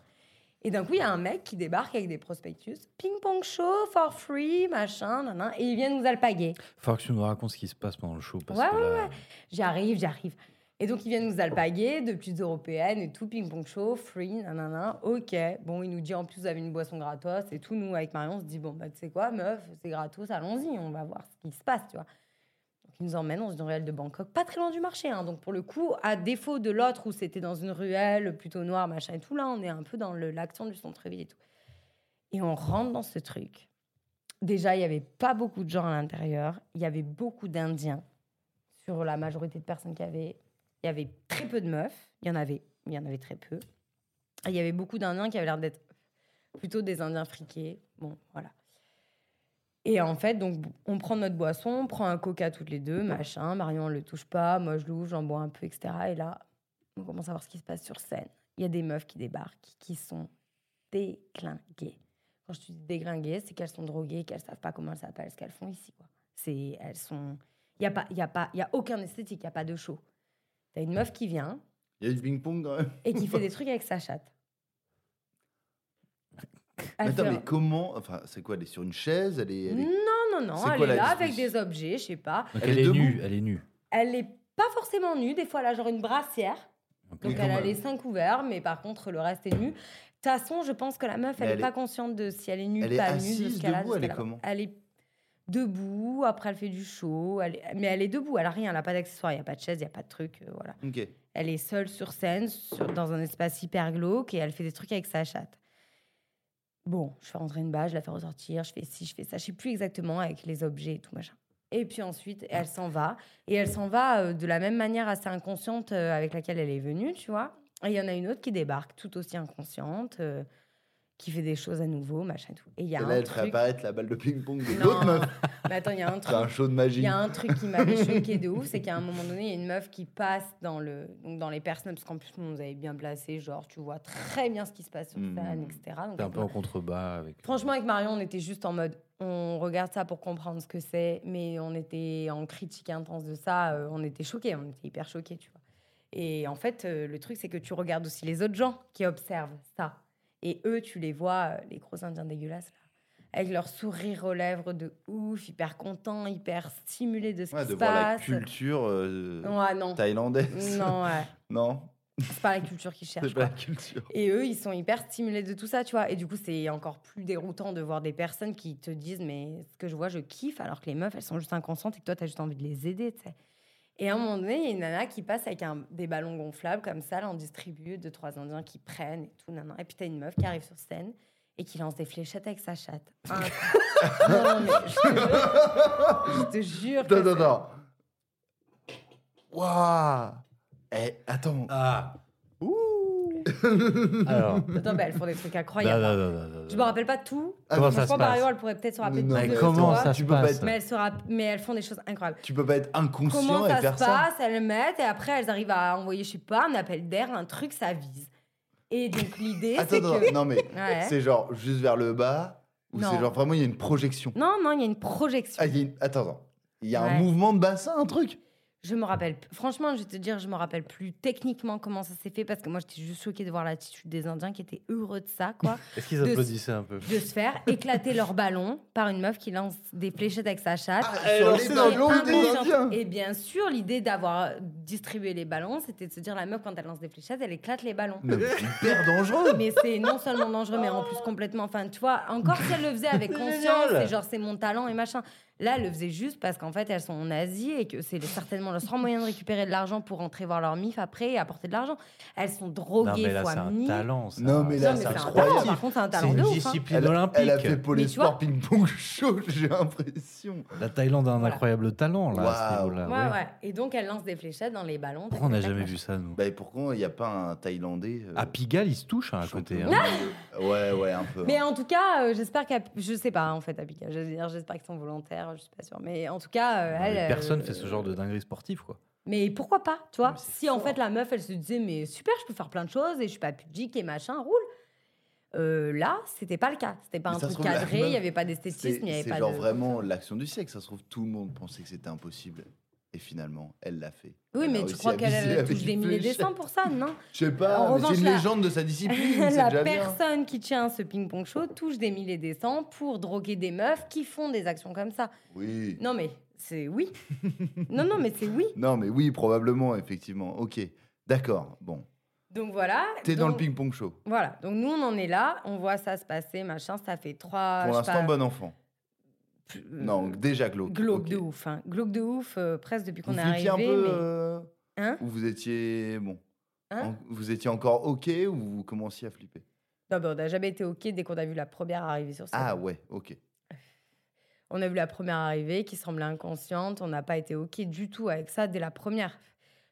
[SPEAKER 3] Et d'un coup, il y a un mec qui débarque avec des prospectus. Ping-pong show for free, machin, nan, nan. Et il vient nous alpaguer.
[SPEAKER 1] Faudra que tu nous racontes ce qui se passe pendant le show. Parce
[SPEAKER 3] Ouais,
[SPEAKER 1] que là,
[SPEAKER 3] J'arrive, j'arrive. Et donc, ils viennent nous alpaguer, de petites européennes et tout, ping-pong show, free, nanana. Ok. Bon, il nous dit en plus, vous avez une boisson gratos et tout. Nous, avec Marion, on se dit, bon, bah, tu sais quoi, meuf, c'est gratos, allons-y, on va voir ce qui se passe, tu vois. Donc, ils nous emmènent dans une ruelle de Bangkok, pas très loin du marché. hein. Donc, pour le coup, à défaut de l'autre où c'était dans une ruelle plutôt noire, machin et tout, là, on est un peu dans le- l'accent du centre-ville et tout. Et on rentre dans ce truc. Déjà, il n'y avait pas beaucoup de gens à l'intérieur. Il y avait beaucoup d'Indiens sur la majorité de personnes qu'il y avait. Il y avait très peu de meufs. Il y en avait, il y en avait très peu. Et Il y avait beaucoup d'Indiens qui avaient l'air d'être plutôt des Indiens friqués. Bon, voilà. Et en fait, donc, on prend notre boisson, on prend un coca toutes les deux, machin. Marion, on le touche pas. Moi, je l'ouvre, j'en bois un peu, etc. Et là, on commence à voir ce qui se passe sur scène. Il y a des meufs qui débarquent, qui sont déglinguées. Quand je dis déglinguées, c'est qu'elles sont droguées, qu'elles savent pas comment elles s'appellent, ce qu'elles font ici. Quoi. C'est, elles sont. Il y a pas, il y a pas, il y a aucun esthétique, il y a pas de show. T'as une meuf qui vient
[SPEAKER 2] Il y a du ping-pong quand même.
[SPEAKER 3] et qui
[SPEAKER 2] (laughs)
[SPEAKER 3] fait des trucs avec sa chatte. Elle
[SPEAKER 2] Attends,
[SPEAKER 3] fait-
[SPEAKER 2] mais comment Enfin, c'est quoi Elle est sur une chaise Elle est. elle est-
[SPEAKER 3] Non, non,
[SPEAKER 2] C'est
[SPEAKER 3] non,
[SPEAKER 2] quoi
[SPEAKER 3] elle
[SPEAKER 2] la
[SPEAKER 3] est là avec
[SPEAKER 2] disposition
[SPEAKER 3] des objets, je sais pas.
[SPEAKER 1] Donc
[SPEAKER 2] Elle
[SPEAKER 1] elle,
[SPEAKER 2] est
[SPEAKER 1] est,
[SPEAKER 2] debout
[SPEAKER 1] nue, elle est nue.
[SPEAKER 3] Elle est pas forcément nue, des fois elle a genre une brassière.
[SPEAKER 1] Ok.
[SPEAKER 3] Donc
[SPEAKER 2] Mais
[SPEAKER 3] elle
[SPEAKER 2] quand
[SPEAKER 3] a
[SPEAKER 2] même.
[SPEAKER 3] les seins couverts, mais par contre le reste est nu. De toute façon, je pense que la meuf,
[SPEAKER 2] Mais
[SPEAKER 3] elle,
[SPEAKER 2] elle
[SPEAKER 3] est
[SPEAKER 2] est-
[SPEAKER 3] pas consciente de si elle est nue,
[SPEAKER 2] Elle est
[SPEAKER 3] pas nue, de
[SPEAKER 2] assise,
[SPEAKER 3] ce qu'elle a. de
[SPEAKER 2] debout,
[SPEAKER 3] ce
[SPEAKER 2] elle est
[SPEAKER 3] qu'elle a pas.
[SPEAKER 2] comment
[SPEAKER 3] Elle est debout, après elle fait du show, elle est- mais elle est debout, elle a rien, elle a pas d'accessoires, il y a pas de chaise, il y a pas de truc, euh, voilà.
[SPEAKER 2] Ok.
[SPEAKER 3] Elle est seule sur scène, sur- dans un espace hyper glauque, et elle fait des trucs avec sa chatte. Bon, je fais rentrer une base, je la fais ressortir, je fais ci, je fais ça, je sais plus exactement avec les objets et tout machin. Et puis ensuite, elle s'en va. Et elle s'en va euh, de la même manière assez inconsciente euh, avec laquelle elle est venue, tu vois. Et il y en a une autre qui débarque, tout aussi inconsciente, euh, qui fait des choses à nouveau, machin et tout. Et il y a
[SPEAKER 2] Et
[SPEAKER 3] un
[SPEAKER 2] là, elle te fait
[SPEAKER 3] truc...
[SPEAKER 2] apparaître la balle de ping-pong de
[SPEAKER 3] Non.
[SPEAKER 2] l'autre meuf.
[SPEAKER 3] Mais attends, il y a un
[SPEAKER 2] C'est
[SPEAKER 3] truc
[SPEAKER 2] un show de magie.
[SPEAKER 3] il y a un truc qui m'avait choqué de ouf, c'est qu'à un moment donné, il y a une meuf qui passe dans, le, donc dans les personnes, parce qu'en plus, nous, on nous avait bien placé, genre, tu vois très bien ce qui se passe sur
[SPEAKER 2] Mhm.
[SPEAKER 3] scène, etc. Donc,
[SPEAKER 1] Hmm. T'es un peu en contrebas avec.
[SPEAKER 3] Franchement, avec Marion, on était juste en mode, on regarde ça pour comprendre ce que c'est, mais on était en critique intense de ça, euh, on était choqués, on était hyper choqués, tu vois. Et en fait, euh, le truc, c'est que tu regardes aussi les autres gens qui observent ça. Et eux, tu les vois, euh, les gros indiens dégueulasses, là, avec leur sourire aux lèvres de ouf, hyper contents, hyper stimulés de ce
[SPEAKER 2] Ouais,
[SPEAKER 3] qui
[SPEAKER 2] de
[SPEAKER 3] se
[SPEAKER 2] voir la
[SPEAKER 3] passe.
[SPEAKER 2] culture euh,
[SPEAKER 3] Ouais, non.
[SPEAKER 2] thaïlandaise.
[SPEAKER 3] Non, ouais.
[SPEAKER 2] (laughs) Non,
[SPEAKER 3] c'est pas la culture qu'ils cherchent.
[SPEAKER 2] c'est pas la
[SPEAKER 3] quoi.
[SPEAKER 2] culture.
[SPEAKER 3] Et eux, ils sont hyper stimulés de tout ça, tu vois. Et du coup, c'est encore plus déroutant de voir des personnes qui te disent, mais ce que je vois, je kiffe, alors que les meufs, elles sont juste inconscientes et que toi, t'as juste envie de les aider, tu sais. Et à un moment donné, il y a une nana qui passe avec un, des ballons gonflables comme ça, là, on distribue, deux, trois Indiens qui prennent et tout, nanan. Et puis, t'as une meuf qui arrive sur scène et qui lance des fléchettes avec sa chatte. Un- non, non, mais je te jure, je te jure que
[SPEAKER 2] Attends, attends,
[SPEAKER 3] c'est-
[SPEAKER 2] attends. Waouh Eh, attends.
[SPEAKER 1] Ah
[SPEAKER 2] Ouh
[SPEAKER 1] Alors.
[SPEAKER 3] Attends, bah, elles font des trucs
[SPEAKER 1] bah,
[SPEAKER 3] incroyables.
[SPEAKER 1] bah, bah, bah, bah,
[SPEAKER 3] Je me
[SPEAKER 1] bah.
[SPEAKER 3] rappelle pas tout.
[SPEAKER 1] Comment
[SPEAKER 2] Ah,
[SPEAKER 1] ça se
[SPEAKER 3] Franchement, Mario,
[SPEAKER 1] passe
[SPEAKER 3] elle pourrait peut-être se rappeler
[SPEAKER 2] Mais
[SPEAKER 3] de
[SPEAKER 2] non,
[SPEAKER 3] tout
[SPEAKER 1] Mais
[SPEAKER 3] de-
[SPEAKER 1] comment
[SPEAKER 3] tu vois.
[SPEAKER 1] ça
[SPEAKER 2] Tu
[SPEAKER 1] se
[SPEAKER 2] peux pas
[SPEAKER 1] passe
[SPEAKER 2] être-
[SPEAKER 3] mais elles, se rapp- mais elles font des choses incroyables.
[SPEAKER 2] Tu peux pas être inconscient
[SPEAKER 3] Comment
[SPEAKER 2] et
[SPEAKER 3] ça
[SPEAKER 2] faire
[SPEAKER 3] se
[SPEAKER 2] ça.
[SPEAKER 3] passe Elles mettent et après elles arrivent à envoyer, je sais pas, un appel d'air, un truc, ça vise. Et donc
[SPEAKER 2] (laughs)
[SPEAKER 3] l'idée,
[SPEAKER 2] Attends,
[SPEAKER 3] c'est
[SPEAKER 2] attends,
[SPEAKER 3] que.
[SPEAKER 2] non mais
[SPEAKER 3] Ouais.
[SPEAKER 2] c'est genre juste vers le bas ou c'est
[SPEAKER 3] Non.
[SPEAKER 2] genre vraiment il y a une projection.
[SPEAKER 3] Non, non, il y a une projection.
[SPEAKER 2] Ah, il y a une- Attends, attends. Il y a un
[SPEAKER 3] Ouais.
[SPEAKER 2] mouvement de bassin, un truc.
[SPEAKER 3] Je me rappelle. p- Franchement, je vais te dire, je me rappelle plus techniquement comment ça s'est fait parce que moi j'étais juste choquée de voir l'attitude des Indiens qui étaient heureux de ça,
[SPEAKER 2] (laughs)
[SPEAKER 3] quoi.
[SPEAKER 1] Est-ce qu'ils
[SPEAKER 3] de-
[SPEAKER 1] applaudissaient un peu
[SPEAKER 3] de se faire éclater leur ballon par une meuf qui lance des fléchettes avec sa chatte.
[SPEAKER 2] Ah,
[SPEAKER 1] elle
[SPEAKER 2] sur
[SPEAKER 1] en
[SPEAKER 2] les
[SPEAKER 1] sait
[SPEAKER 3] Et
[SPEAKER 1] dans
[SPEAKER 2] ballons des
[SPEAKER 3] inconsciente-
[SPEAKER 2] Indiens.
[SPEAKER 3] Et bien sûr, l'idée d'avoir distribué les ballons, c'était de se dire la meuf, quand elle lance des fléchettes, elle éclate les ballons.
[SPEAKER 2] Mais c'est hyper dangereux.
[SPEAKER 3] Mais c'est non seulement dangereux, mais en plus complètement. Enfin, tu vois, encore si elle le faisait avec
[SPEAKER 1] C'est
[SPEAKER 3] conscience,
[SPEAKER 1] génial.
[SPEAKER 3] c'est genre c'est mon talent et machin. Là, elle le faisait juste parce qu'en fait, elles sont en Asie et que c'est certainement leur seul moyen de récupérer de l'argent pour rentrer voir leur MIF après et apporter de l'argent. Elles sont
[SPEAKER 1] Non,
[SPEAKER 3] droguées,
[SPEAKER 1] mais là,
[SPEAKER 3] fois
[SPEAKER 1] c'est un
[SPEAKER 3] mille.
[SPEAKER 1] talent. ça.
[SPEAKER 2] Non, mais
[SPEAKER 3] Non,
[SPEAKER 2] là,
[SPEAKER 3] mais
[SPEAKER 2] c'est
[SPEAKER 3] c'est un talent.
[SPEAKER 2] incroyable.
[SPEAKER 3] Par contre, c'est un
[SPEAKER 1] C'est
[SPEAKER 3] talent de
[SPEAKER 1] une
[SPEAKER 3] ouf. hein.
[SPEAKER 1] discipline
[SPEAKER 2] Elle,
[SPEAKER 1] olympique.
[SPEAKER 2] elle a fait pôle
[SPEAKER 3] Mais tu
[SPEAKER 2] espoir
[SPEAKER 3] vois-
[SPEAKER 2] ping-pong (laughs) chaud, j'ai l'impression.
[SPEAKER 1] La Thaïlande a un
[SPEAKER 3] Voilà.
[SPEAKER 1] incroyable talent là, à ce
[SPEAKER 2] Waouh.
[SPEAKER 1] niveau-là.
[SPEAKER 3] Ouais,
[SPEAKER 1] ouais.
[SPEAKER 3] ouais. Et donc, elle lance des fléchettes dans les ballons.
[SPEAKER 1] Pourquoi on n'a
[SPEAKER 3] tac, tac,
[SPEAKER 1] jamais
[SPEAKER 3] tac,
[SPEAKER 1] vu ça, nous
[SPEAKER 2] Bah, et pourquoi il n'y a pas un Thaïlandais euh,
[SPEAKER 1] À Pigalle, ils se touchent hein, à côté. hein.
[SPEAKER 2] champion du monde Ouais, ouais, un peu.
[SPEAKER 3] Ah Mais en tout cas, euh, j'espère qu'à. Je sais pas, en fait, Abika. Je veux dire, J'espère qu'ils sont volontaires, je suis pas sûre. Mais en tout cas, euh,
[SPEAKER 1] Non,
[SPEAKER 3] elle.
[SPEAKER 1] mais Personne
[SPEAKER 3] euh,
[SPEAKER 1] fait ce genre de dinguerie sportive, quoi.
[SPEAKER 3] Mais pourquoi pas, tu vois
[SPEAKER 1] Mais c'est
[SPEAKER 3] Si en fait la meuf, elle se disait, mais super, je peux faire plein de choses et je suis pas pudique et machin, roule. Euh, là, c'était pas le cas. C'était pas
[SPEAKER 2] Mais
[SPEAKER 3] un
[SPEAKER 2] ça se
[SPEAKER 3] truc
[SPEAKER 2] trouve, la
[SPEAKER 3] cadré,
[SPEAKER 2] meuf,
[SPEAKER 3] il y avait pas
[SPEAKER 2] C'est
[SPEAKER 3] d'esthétisme, il y avait
[SPEAKER 2] c'est
[SPEAKER 3] pas
[SPEAKER 2] genre
[SPEAKER 3] de.
[SPEAKER 2] vraiment l'action du siècle. Ça se trouve, tout le monde pensait que c'était impossible. Et finalement, elle l'a fait.
[SPEAKER 3] Oui,
[SPEAKER 2] Elle a
[SPEAKER 3] mais tu
[SPEAKER 2] réussi à
[SPEAKER 3] crois qu'elle
[SPEAKER 2] viser
[SPEAKER 3] elle
[SPEAKER 2] avec
[SPEAKER 3] touche des
[SPEAKER 2] une
[SPEAKER 3] milliers des
[SPEAKER 2] flèche.
[SPEAKER 3] cents pour ça Non.
[SPEAKER 2] Je sais pas, mais
[SPEAKER 3] En
[SPEAKER 2] c'est
[SPEAKER 3] revanche,
[SPEAKER 2] une
[SPEAKER 3] la-
[SPEAKER 2] légende de sa discipline. (laughs) c'est
[SPEAKER 3] (laughs) la
[SPEAKER 2] déjà bien.
[SPEAKER 3] personne qui tient ce ping-pong show touche des milliers des cents pour droguer des meufs qui font des actions comme ça.
[SPEAKER 2] Oui.
[SPEAKER 3] Non, mais
[SPEAKER 2] (laughs)
[SPEAKER 3] c'est oui. non, non, mais c'est oui.
[SPEAKER 2] Non, mais oui, probablement, effectivement. Ok, d'accord. Bon,
[SPEAKER 3] Donc voilà.
[SPEAKER 2] t'es dans le
[SPEAKER 3] Donc,
[SPEAKER 2] ping-pong show.
[SPEAKER 3] Voilà. Donc nous, on en est là. On voit ça se passer, machin. Ça fait trois.
[SPEAKER 2] Pour
[SPEAKER 3] ah, je sais
[SPEAKER 2] l'instant,
[SPEAKER 3] pas,
[SPEAKER 2] bon enfant.
[SPEAKER 3] plus- euh,
[SPEAKER 2] Non, déjà glauque.
[SPEAKER 3] Glauque
[SPEAKER 2] ok.
[SPEAKER 3] de ouf, hein. glauque de ouf, euh, presque depuis
[SPEAKER 2] Vous
[SPEAKER 3] qu'on est
[SPEAKER 2] flippiez
[SPEAKER 3] arrivé.
[SPEAKER 2] un peu.
[SPEAKER 3] mais-
[SPEAKER 2] euh,
[SPEAKER 3] Hein
[SPEAKER 2] Ou vous étiez. Bon.
[SPEAKER 3] Hein
[SPEAKER 2] en- vous étiez encore OK ou vous commenciez à flipper
[SPEAKER 3] Non, mais on n'a jamais été ok dès qu'on a vu la première arriver sur scène.
[SPEAKER 2] Ah ouais, OK.
[SPEAKER 3] On a vu la première arrivée qui semblait inconsciente. On n'a pas été ok du tout avec ça dès la première.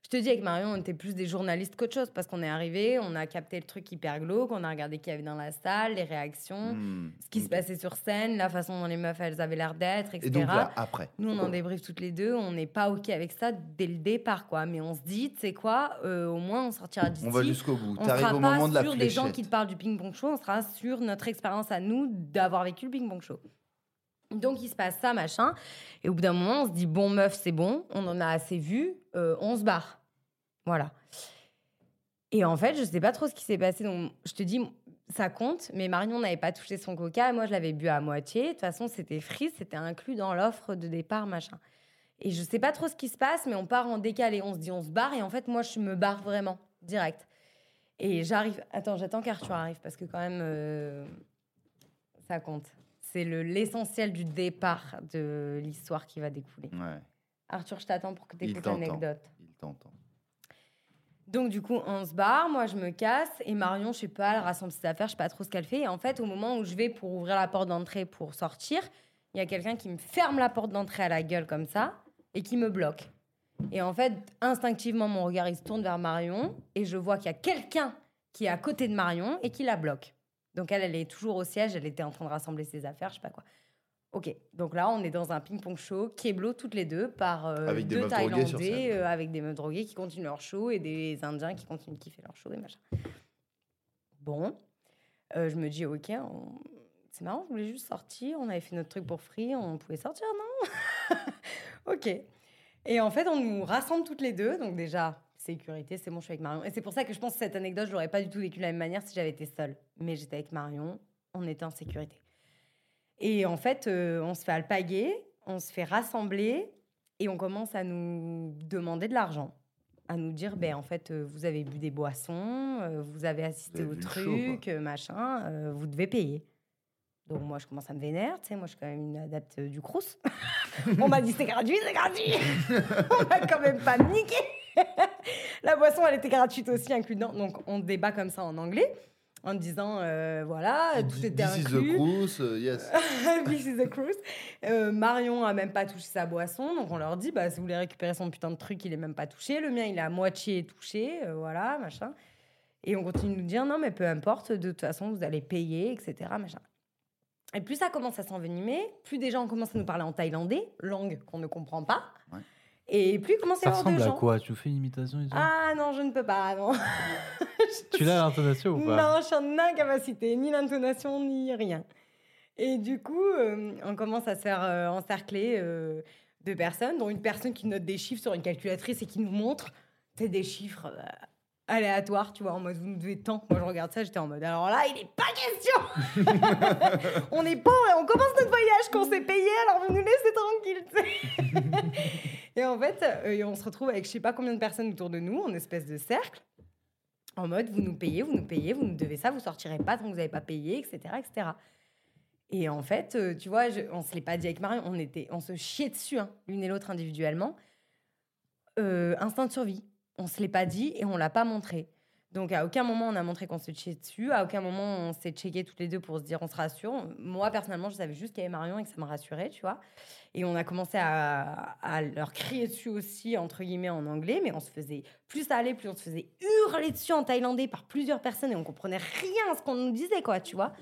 [SPEAKER 3] Je te dis, avec Marion, on était plus des journalistes qu'autre chose parce qu'on est arrivé, on a capté le truc hyper glauque, on a regardé qu'il y avait dans la salle, les réactions,
[SPEAKER 2] Hmm.
[SPEAKER 3] Hein ce qui se
[SPEAKER 2] Ok.
[SPEAKER 3] passait sur scène, la façon dont les meufs, elles avaient l'air d'être, etc.
[SPEAKER 2] Et donc là, après.
[SPEAKER 3] Nous, on en débriefe toutes les deux. On n'est pas OK avec ça dès le départ, quoi. Mais on se dit, tu sais quoi, euh, au moins, on sortira d'ici.
[SPEAKER 2] On va jusqu'au bout.
[SPEAKER 3] On
[SPEAKER 2] T'arrives
[SPEAKER 3] sera
[SPEAKER 2] au
[SPEAKER 3] pas
[SPEAKER 2] moment de la
[SPEAKER 3] sur
[SPEAKER 2] fléchette.
[SPEAKER 3] les gens qui te parlent du ping-pong show, on sera sur notre expérience à nous d'avoir vécu le ping-pong show. Donc il se passe ça, machin. Et au bout d'un moment, on se dit, bon meuf, c'est bon, on en a assez vu, euh, on se barre. Voilà. Et en fait, je sais pas trop ce qui s'est passé. Donc je te dis, ça compte, mais Marion n'avait pas touché son coca, et moi je l'avais bu à moitié. De toute façon, c'était free, c'était inclus dans l'offre de départ, machin. Et je sais pas trop ce qui se passe, mais on part en décalé. On se dit, on se barre. Et en fait, moi, je me barre vraiment, direct. Et j'arrive. Attends, j'attends qu'Arthur arrive parce que, quand même, euh, ça compte. C'est le- l'essentiel du départ de l'histoire qui va découler.
[SPEAKER 2] Ouais,
[SPEAKER 3] Arthur, je t'attends pour que tu
[SPEAKER 2] Il
[SPEAKER 3] écoutes
[SPEAKER 2] t'entend.
[SPEAKER 3] l'anecdote.
[SPEAKER 2] il t'entend.
[SPEAKER 3] Donc, du coup, on se barre, moi je me casse, et Marion, je sais pas, elle rassemble ses affaires, je sais pas trop ce qu'elle fait. Et en fait, au moment où je vais pour ouvrir la porte d'entrée pour sortir, il y a quelqu'un qui me ferme la porte d'entrée à la gueule comme ça, et qui me bloque. Et en fait, instinctivement, mon regard il se tourne vers Marion, et je vois qu'il y a quelqu'un qui est à côté de Marion et qui la bloque. Donc, elle, elle est toujours au siège, elle était en train de rassembler ses affaires, je sais pas quoi. Ok, donc là, on est dans un ping-pong show, Keblo, toutes les deux, par euh,
[SPEAKER 2] Avec des
[SPEAKER 3] deux
[SPEAKER 2] meufs droguées sur
[SPEAKER 3] Thaïlandais,
[SPEAKER 2] scène.
[SPEAKER 3] euh, avec des meufs drogués qui continuent leur show et des Indiens qui continuent de kiffer leur show et machin. Bon, Euh, je me dis, ok, on- c'est marrant, je voulais juste sortir, on avait fait notre truc pour free, on pouvait sortir, non Ok. Et en fait, on nous rassemble toutes les deux, donc déjà, sécurité, c'est bon, je suis avec Marion. Et c'est pour ça que je pense que cette anecdote, je l'aurais pas du tout vécue de la même manière si j'avais été seule. Mais j'étais avec Marion, on était en sécurité. Et en fait, euh, on se fait alpaguer, on se fait rassembler et on commence à nous demander de l'argent. À nous dire, ben, en fait, euh, vous avez bu des boissons, euh, vous avez assisté
[SPEAKER 2] Vous
[SPEAKER 3] au
[SPEAKER 2] avez vu le show,
[SPEAKER 3] truc, euh, machin, euh, vous devez payer. Donc moi, je commence à me vénérer, tu sais, moi, je suis quand même une adapte euh, du crous. (laughs) on m'a dit, c'est gratuit, c'est gratuit On m'a quand même pas niqué (laughs) La boisson, elle était gratuite aussi, inclus dedans. Donc on débat comme ça en anglais, en disant, euh, voilà, tout était
[SPEAKER 2] This is the
[SPEAKER 3] inclus. Ah,
[SPEAKER 2] cruise, euh, yes.
[SPEAKER 3] (laughs) This is the cruise. Euh, Marion a même pas touché sa boisson, donc on leur dit bah, si vous voulez récupérer son putain de truc, il est même pas touché. Le mien, il est à moitié touché, euh, voilà, machin. Et on continue de nous dire non, mais peu importe, de toute façon, vous allez payer, etc. Machin. Et plus ça commence à s'envenimer, plus des gens commencent à nous parler en thaïlandais, langue qu'on ne comprend pas.
[SPEAKER 2] Ouais.
[SPEAKER 3] Et plus commence à
[SPEAKER 1] Ça
[SPEAKER 3] y avoir
[SPEAKER 1] ressemble
[SPEAKER 3] de
[SPEAKER 1] à
[SPEAKER 3] gens.
[SPEAKER 1] quoi Tu fais une imitation et tout
[SPEAKER 3] ah non, je ne peux pas, non.
[SPEAKER 1] Tu l'as à l'intonation ou pas
[SPEAKER 3] Non, je suis en incapacité, ni l'intonation, ni rien. Et du coup, euh, on commence à se faire euh, encercler euh, de personnes, dont une personne qui note des chiffres sur une calculatrice et qui nous montre tu sais, des chiffres euh, aléatoires, tu vois, en mode vous nous devez tant. Moi, je regarde ça, j'étais en mode alors là, il n'est pas question
[SPEAKER 1] (laughs)
[SPEAKER 3] On est pas, on commence notre voyage qu'on s'est payé, alors vous nous laissez tranquille, tu sais. (laughs) Et en fait, euh, on se retrouve avec je sais pas combien de personnes autour de nous, en espèce de cercle, en mode vous nous payez, vous nous payez, vous nous devez ça, vous sortirez pas tant que vous n'avez pas payé, etc., etc. Et en fait, euh, tu vois, je- on se l'est pas dit avec Marion, on était, on se chiait dessus hein, l'une et l'autre individuellement. Euh, instinct de survie, on se l'est pas dit et on l'a pas montré. Donc à aucun moment on a montré qu'on se chiait dessus, à aucun moment on s'est checké toutes les deux pour se dire on se rassure. Moi personnellement, je savais juste qu'il y avait Marion et que ça me rassurait, tu vois. Et on a commencé à, à leur crier dessus aussi, entre guillemets, en anglais, mais on se faisait plus ça allait, plus on se faisait hurler dessus en thaïlandais par plusieurs personnes et on comprenait rien à ce qu'on nous disait, quoi, tu vois.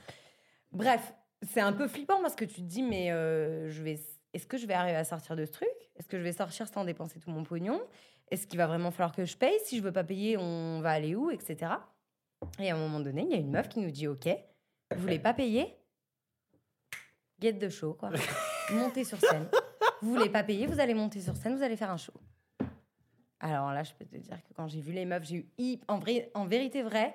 [SPEAKER 3] Bref, c'est un peu flippant parce que tu te dis, mais euh, je vais, est-ce que je vais arriver à sortir de ce truc Est-ce que je vais sortir sans dépenser tout mon pognon Est-ce qu'il va vraiment falloir que je paye Si je veux pas payer, on va aller où Etc. Et à un moment donné, il y a une meuf qui nous dit, ok, vous voulez pas payer Guette de show, quoi. Montez sur scène. Vous voulez pas payer, vous allez monter sur scène, vous allez faire un show. Alors là, je peux te dire que quand j'ai vu les meufs, j'ai eu hy- en, vrai, en vérité vrai,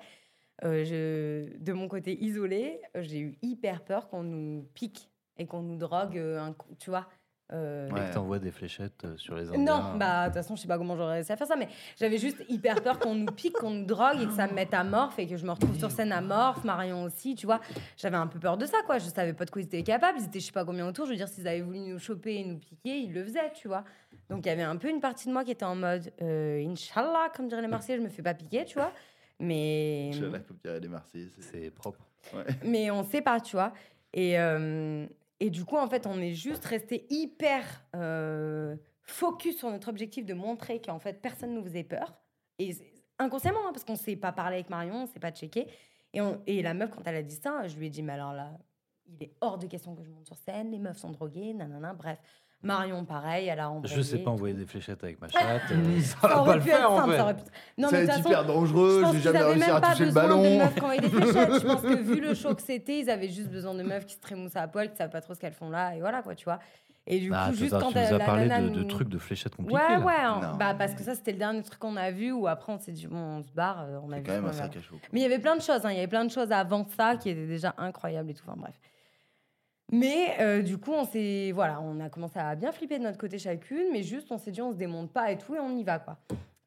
[SPEAKER 3] euh, je, de mon côté isolé, euh, j'ai eu hyper peur qu'on nous pique et qu'on nous drogue euh, un coup, tu vois. euh,
[SPEAKER 1] Et
[SPEAKER 2] Ouais.
[SPEAKER 1] que t'envoies des fléchettes euh, sur les Indiens.
[SPEAKER 3] non, bah de toute façon, je sais pas comment j'aurais réussi à faire ça, mais j'avais juste hyper peur qu'on nous pique, qu'on nous drogue et que ça me mette amorphe et que je me retrouve sur scène amorphe, Marion aussi, tu vois. J'avais un peu peur de ça, quoi. Je savais pas de quoi ils étaient capables. Ils étaient, je sais pas combien autour. Je veux dire, s'ils avaient voulu nous choper et nous piquer, ils le faisaient, tu vois. Donc il y avait un peu une partie de moi qui était en mode, euh, Inch'Allah, comme diraient les Marseillais, je me fais pas piquer, tu vois. Mais
[SPEAKER 2] Je la copierai des Marseillais. c'est-
[SPEAKER 1] C'est propre.
[SPEAKER 3] mais on sait pas, tu vois. Et, euh, et du coup, en fait, on est juste resté hyper euh, focus sur notre objectif de montrer qu'en fait personne ne vous faisait peur. Et c'est- inconsciemment, hein, parce qu'on ne s'est pas parlé avec Marion, on ne s'est pas checké. Et, on- et la meuf, quand elle a dit ça, je lui ai dit, mais alors là, il est hors de question que je monte sur scène, les meufs sont droguées, nanana, bref. Marion, pareil, elle a envoyé.
[SPEAKER 1] Je sais pas envoyer des fléchettes avec ma
[SPEAKER 3] (laughs)
[SPEAKER 1] chatte. euh, ça,
[SPEAKER 3] Ça
[SPEAKER 1] va
[SPEAKER 3] aurait
[SPEAKER 1] pas le
[SPEAKER 3] pu être
[SPEAKER 1] faire en
[SPEAKER 3] simple,
[SPEAKER 1] fait.
[SPEAKER 3] ça aurait pu- Non,
[SPEAKER 2] ça va
[SPEAKER 3] mais de toute
[SPEAKER 2] être
[SPEAKER 3] façon,
[SPEAKER 2] hyper
[SPEAKER 3] je
[SPEAKER 2] dangereux,
[SPEAKER 3] pense
[SPEAKER 2] j'ai
[SPEAKER 3] qu'ils
[SPEAKER 2] jamais
[SPEAKER 3] avaient
[SPEAKER 2] réussi
[SPEAKER 3] même
[SPEAKER 2] à
[SPEAKER 3] pas
[SPEAKER 2] toucher le
[SPEAKER 3] besoin de
[SPEAKER 2] ballon.
[SPEAKER 3] meufs qui envoyaient des fléchettes.
[SPEAKER 2] (laughs)
[SPEAKER 3] Je pense que vu le show que c'était, ils avaient juste besoin de meufs qui se trémoussent à poil, qui savent pas trop ce qu'elles font là, et voilà quoi, tu vois. Et du
[SPEAKER 1] Ah,
[SPEAKER 3] coup, juste
[SPEAKER 1] César,
[SPEAKER 3] quand
[SPEAKER 1] tu nous
[SPEAKER 3] euh,
[SPEAKER 1] as
[SPEAKER 3] la
[SPEAKER 1] parlé
[SPEAKER 3] nana
[SPEAKER 1] de, de
[SPEAKER 3] nous-
[SPEAKER 1] trucs de fléchettes compliquées.
[SPEAKER 3] Ouais,
[SPEAKER 1] là.
[SPEAKER 3] ouais, hein.
[SPEAKER 2] Non.
[SPEAKER 3] bah, parce que ça, c'était le dernier truc qu'on a vu, où après on s'est dit, bon, on se barre, euh, on a
[SPEAKER 2] C'est
[SPEAKER 3] vu.
[SPEAKER 2] quand
[SPEAKER 3] ce
[SPEAKER 2] même
[SPEAKER 3] qu'on
[SPEAKER 2] un
[SPEAKER 3] avait
[SPEAKER 2] sac à chaud. quoi.
[SPEAKER 3] mais il y avait plein de choses, hein. il y avait plein de choses avant ça qui étaient déjà incroyables et tout, enfin bref. Mais euh, du coup, on s'est, voilà, on a commencé à bien flipper de notre côté chacune, mais juste on s'est dit on se démonte pas et tout et on y va quoi.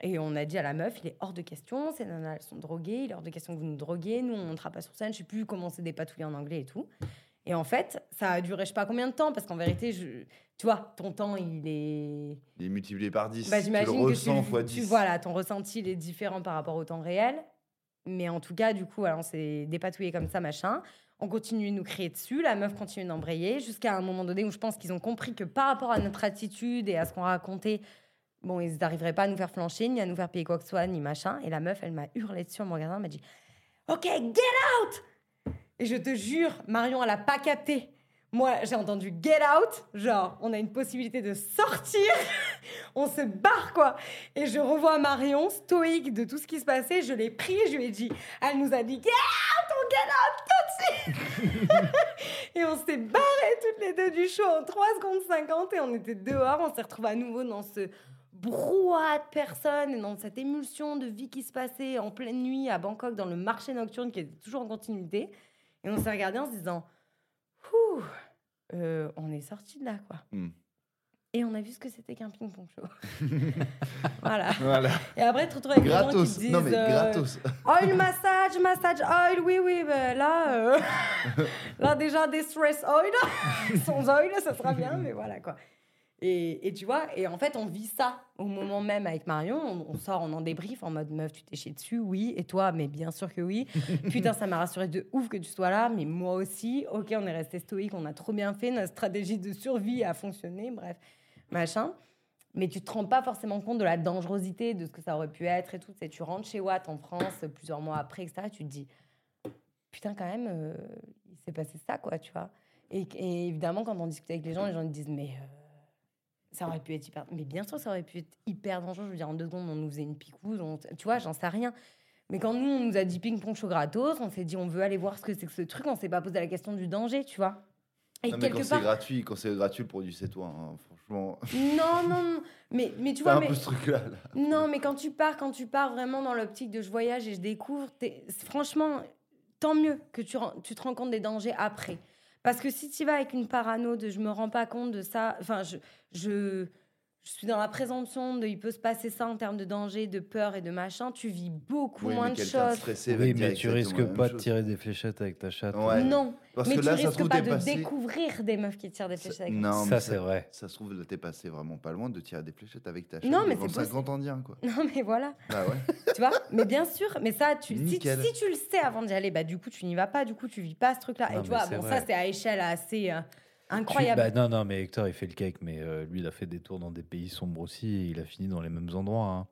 [SPEAKER 3] Et on a dit à la meuf, il est hors de question, ces nanas elles sont droguées, il est hors de question que vous nous droguiez, nous on montera pas sur scène, je sais plus comment c'est dépatouillé en anglais et tout. Et en fait, ça a duré je sais pas combien de temps parce qu'en vérité, je... tu vois, ton temps il est
[SPEAKER 2] Il est multiplié par 10.
[SPEAKER 3] bah,
[SPEAKER 2] tu le
[SPEAKER 3] j'imagine que
[SPEAKER 2] ressens
[SPEAKER 3] tu,
[SPEAKER 2] fois
[SPEAKER 3] tu-
[SPEAKER 2] 10.
[SPEAKER 3] voilà, ton ressenti il est différent par rapport au temps réel. Mais en tout cas, du coup, voilà, on s'est dépatouillé comme ça, machin. On continue de nous créer dessus, la meuf continue d'embrayer, jusqu'à un moment donné où je pense qu'ils ont compris que par rapport à notre attitude et à ce qu'on racontait, bon, ils n'arriveraient pas à nous faire flancher, ni à nous faire payer quoi que ce soit, ni machin. Et la meuf, elle m'a hurlé dessus en me regardant, elle m'a dit Ok, get out Et je te jure, Marion, elle a pas capté. Moi, j'ai entendu get out, genre, on a une possibilité de sortir on se barre quoi. Et je revois Marion, stoïque de tout ce qui se passait, je l'ai pris, je lui ai dit, elle nous a dit, get out, on get out tout de suite. (laughs) et on s'est barrés toutes les deux du show en 3 secondes 50 et on était dehors, on s'est retrouvés à nouveau dans ce brouhaha de personnes et dans cette émulsion de vie qui se passait en pleine nuit à Bangkok dans le marché nocturne qui est toujours en continuité. Et on s'est regardés en se disant, Ouh, euh, on est sorti de là quoi.
[SPEAKER 2] Hmm.
[SPEAKER 3] Et on a vu ce que c'était qu'un ping-pong show.
[SPEAKER 2] (laughs)
[SPEAKER 3] voilà.
[SPEAKER 2] Voilà.
[SPEAKER 3] Et après, tu te retrouves avec des gens qui
[SPEAKER 2] Gratos.
[SPEAKER 3] te disent
[SPEAKER 2] Non, mais
[SPEAKER 3] euh,
[SPEAKER 2] gratos.
[SPEAKER 3] (laughs) Oil massage, massage oil, oui, oui, ben là, euh, (laughs) là déjà des stress oil, sans oil, (laughs) ça sera bien, mais voilà quoi. Et, et tu vois, et en fait, on vit ça au moment même avec Marion. On, on sort, on en débrief en mode meuf, tu t'es chié dessus, oui, et toi, mais bien sûr que oui. Putain, ça m'a rassuré de ouf que tu sois là, mais moi aussi. Ok, on est resté stoïque, on a trop bien fait, notre stratégie de survie a fonctionné, bref, machin. Mais tu te rends pas forcément compte de la dangerosité de ce que ça aurait pu être et tout. C'est tu rentres chez Watt en France euh, plusieurs mois après, etc. Et tu te dis, putain, quand même, euh, il s'est passé ça, quoi, tu vois. Et, et évidemment, quand on discute avec les gens, les gens ils disent, mais euh, ça aurait pu être hyper. Mais bien sûr, ça aurait pu être hyper dangereux. Je veux dire, en deux secondes, on nous faisait une picouse, on- tu vois, j'en sais rien. Mais quand nous, on nous a dit ping-pong chaud gratos, on s'est dit, on veut aller voir ce que c'est que ce truc, on s'est pas posé la question du danger, tu vois. Et
[SPEAKER 2] Non, Ah, mais quand
[SPEAKER 3] Ah, quelque
[SPEAKER 2] c'est
[SPEAKER 3] part.
[SPEAKER 2] gratuit, quand c'est gratuit, le produit, c'est toi. hein, Franchement,
[SPEAKER 3] Non, non, non. Mais, mais
[SPEAKER 2] (laughs)
[SPEAKER 3] tu
[SPEAKER 2] c'est
[SPEAKER 3] vois,
[SPEAKER 2] un
[SPEAKER 3] mais.
[SPEAKER 2] peu ce truc-là. là.
[SPEAKER 3] Non, mais quand tu pars, quand tu pars vraiment dans l'optique de je voyage et je découvre, t'es- franchement, tant mieux que tu, ren- tu te rends compte des dangers après. Parce que si tu vas avec une parano de je me rends pas compte de ça, enfin, je, je, je suis dans la présomption de il peut se passer ça en termes de danger, de peur et de machin, tu vis beaucoup
[SPEAKER 2] Oui,
[SPEAKER 3] moins
[SPEAKER 2] mais
[SPEAKER 3] de
[SPEAKER 2] quelqu'un de
[SPEAKER 3] choses.
[SPEAKER 2] stressé va
[SPEAKER 1] Oui,
[SPEAKER 2] te
[SPEAKER 1] mais
[SPEAKER 2] dire
[SPEAKER 1] tu
[SPEAKER 2] exactement
[SPEAKER 1] risques
[SPEAKER 2] la même
[SPEAKER 1] pas de
[SPEAKER 2] chose.
[SPEAKER 1] tirer des fléchettes avec ta chatte.
[SPEAKER 2] Ouais.
[SPEAKER 3] Non,
[SPEAKER 2] Parce
[SPEAKER 3] mais
[SPEAKER 2] que
[SPEAKER 3] tu
[SPEAKER 2] là, ça se
[SPEAKER 3] risques
[SPEAKER 2] trouve,
[SPEAKER 3] pas
[SPEAKER 2] t'es
[SPEAKER 3] de
[SPEAKER 2] passé.
[SPEAKER 3] découvrir des meufs qui tirent des fléchettes avec
[SPEAKER 2] Non, mais
[SPEAKER 1] Ça, c'est vrai.
[SPEAKER 2] Ça se trouve, là, t'es passé vraiment pas loin de tirer des fléchettes avec ta chaîne.
[SPEAKER 3] Non, mais
[SPEAKER 2] devant
[SPEAKER 3] c'est possible.
[SPEAKER 2] 50 Indiens, quoi.
[SPEAKER 3] (laughs) Non, mais voilà.
[SPEAKER 2] Bah ouais.
[SPEAKER 3] tu vois mais bien sûr mais ça tu si,
[SPEAKER 2] Nickel.
[SPEAKER 3] si tu le sais avant d'y aller bah du coup tu n'y vas pas du coup tu vis pas ce truc là
[SPEAKER 1] Non,
[SPEAKER 3] et tu
[SPEAKER 1] mais
[SPEAKER 3] vois
[SPEAKER 1] c'est
[SPEAKER 3] bon
[SPEAKER 1] vrai.
[SPEAKER 3] ça c'est à échelle assez euh,
[SPEAKER 1] Tu-
[SPEAKER 3] incroyable
[SPEAKER 1] bah non, non, mais Hector, il fait le cake, mais euh, lui, il a fait des tours dans des pays sombres aussi, et il a fini dans les mêmes endroits. hein.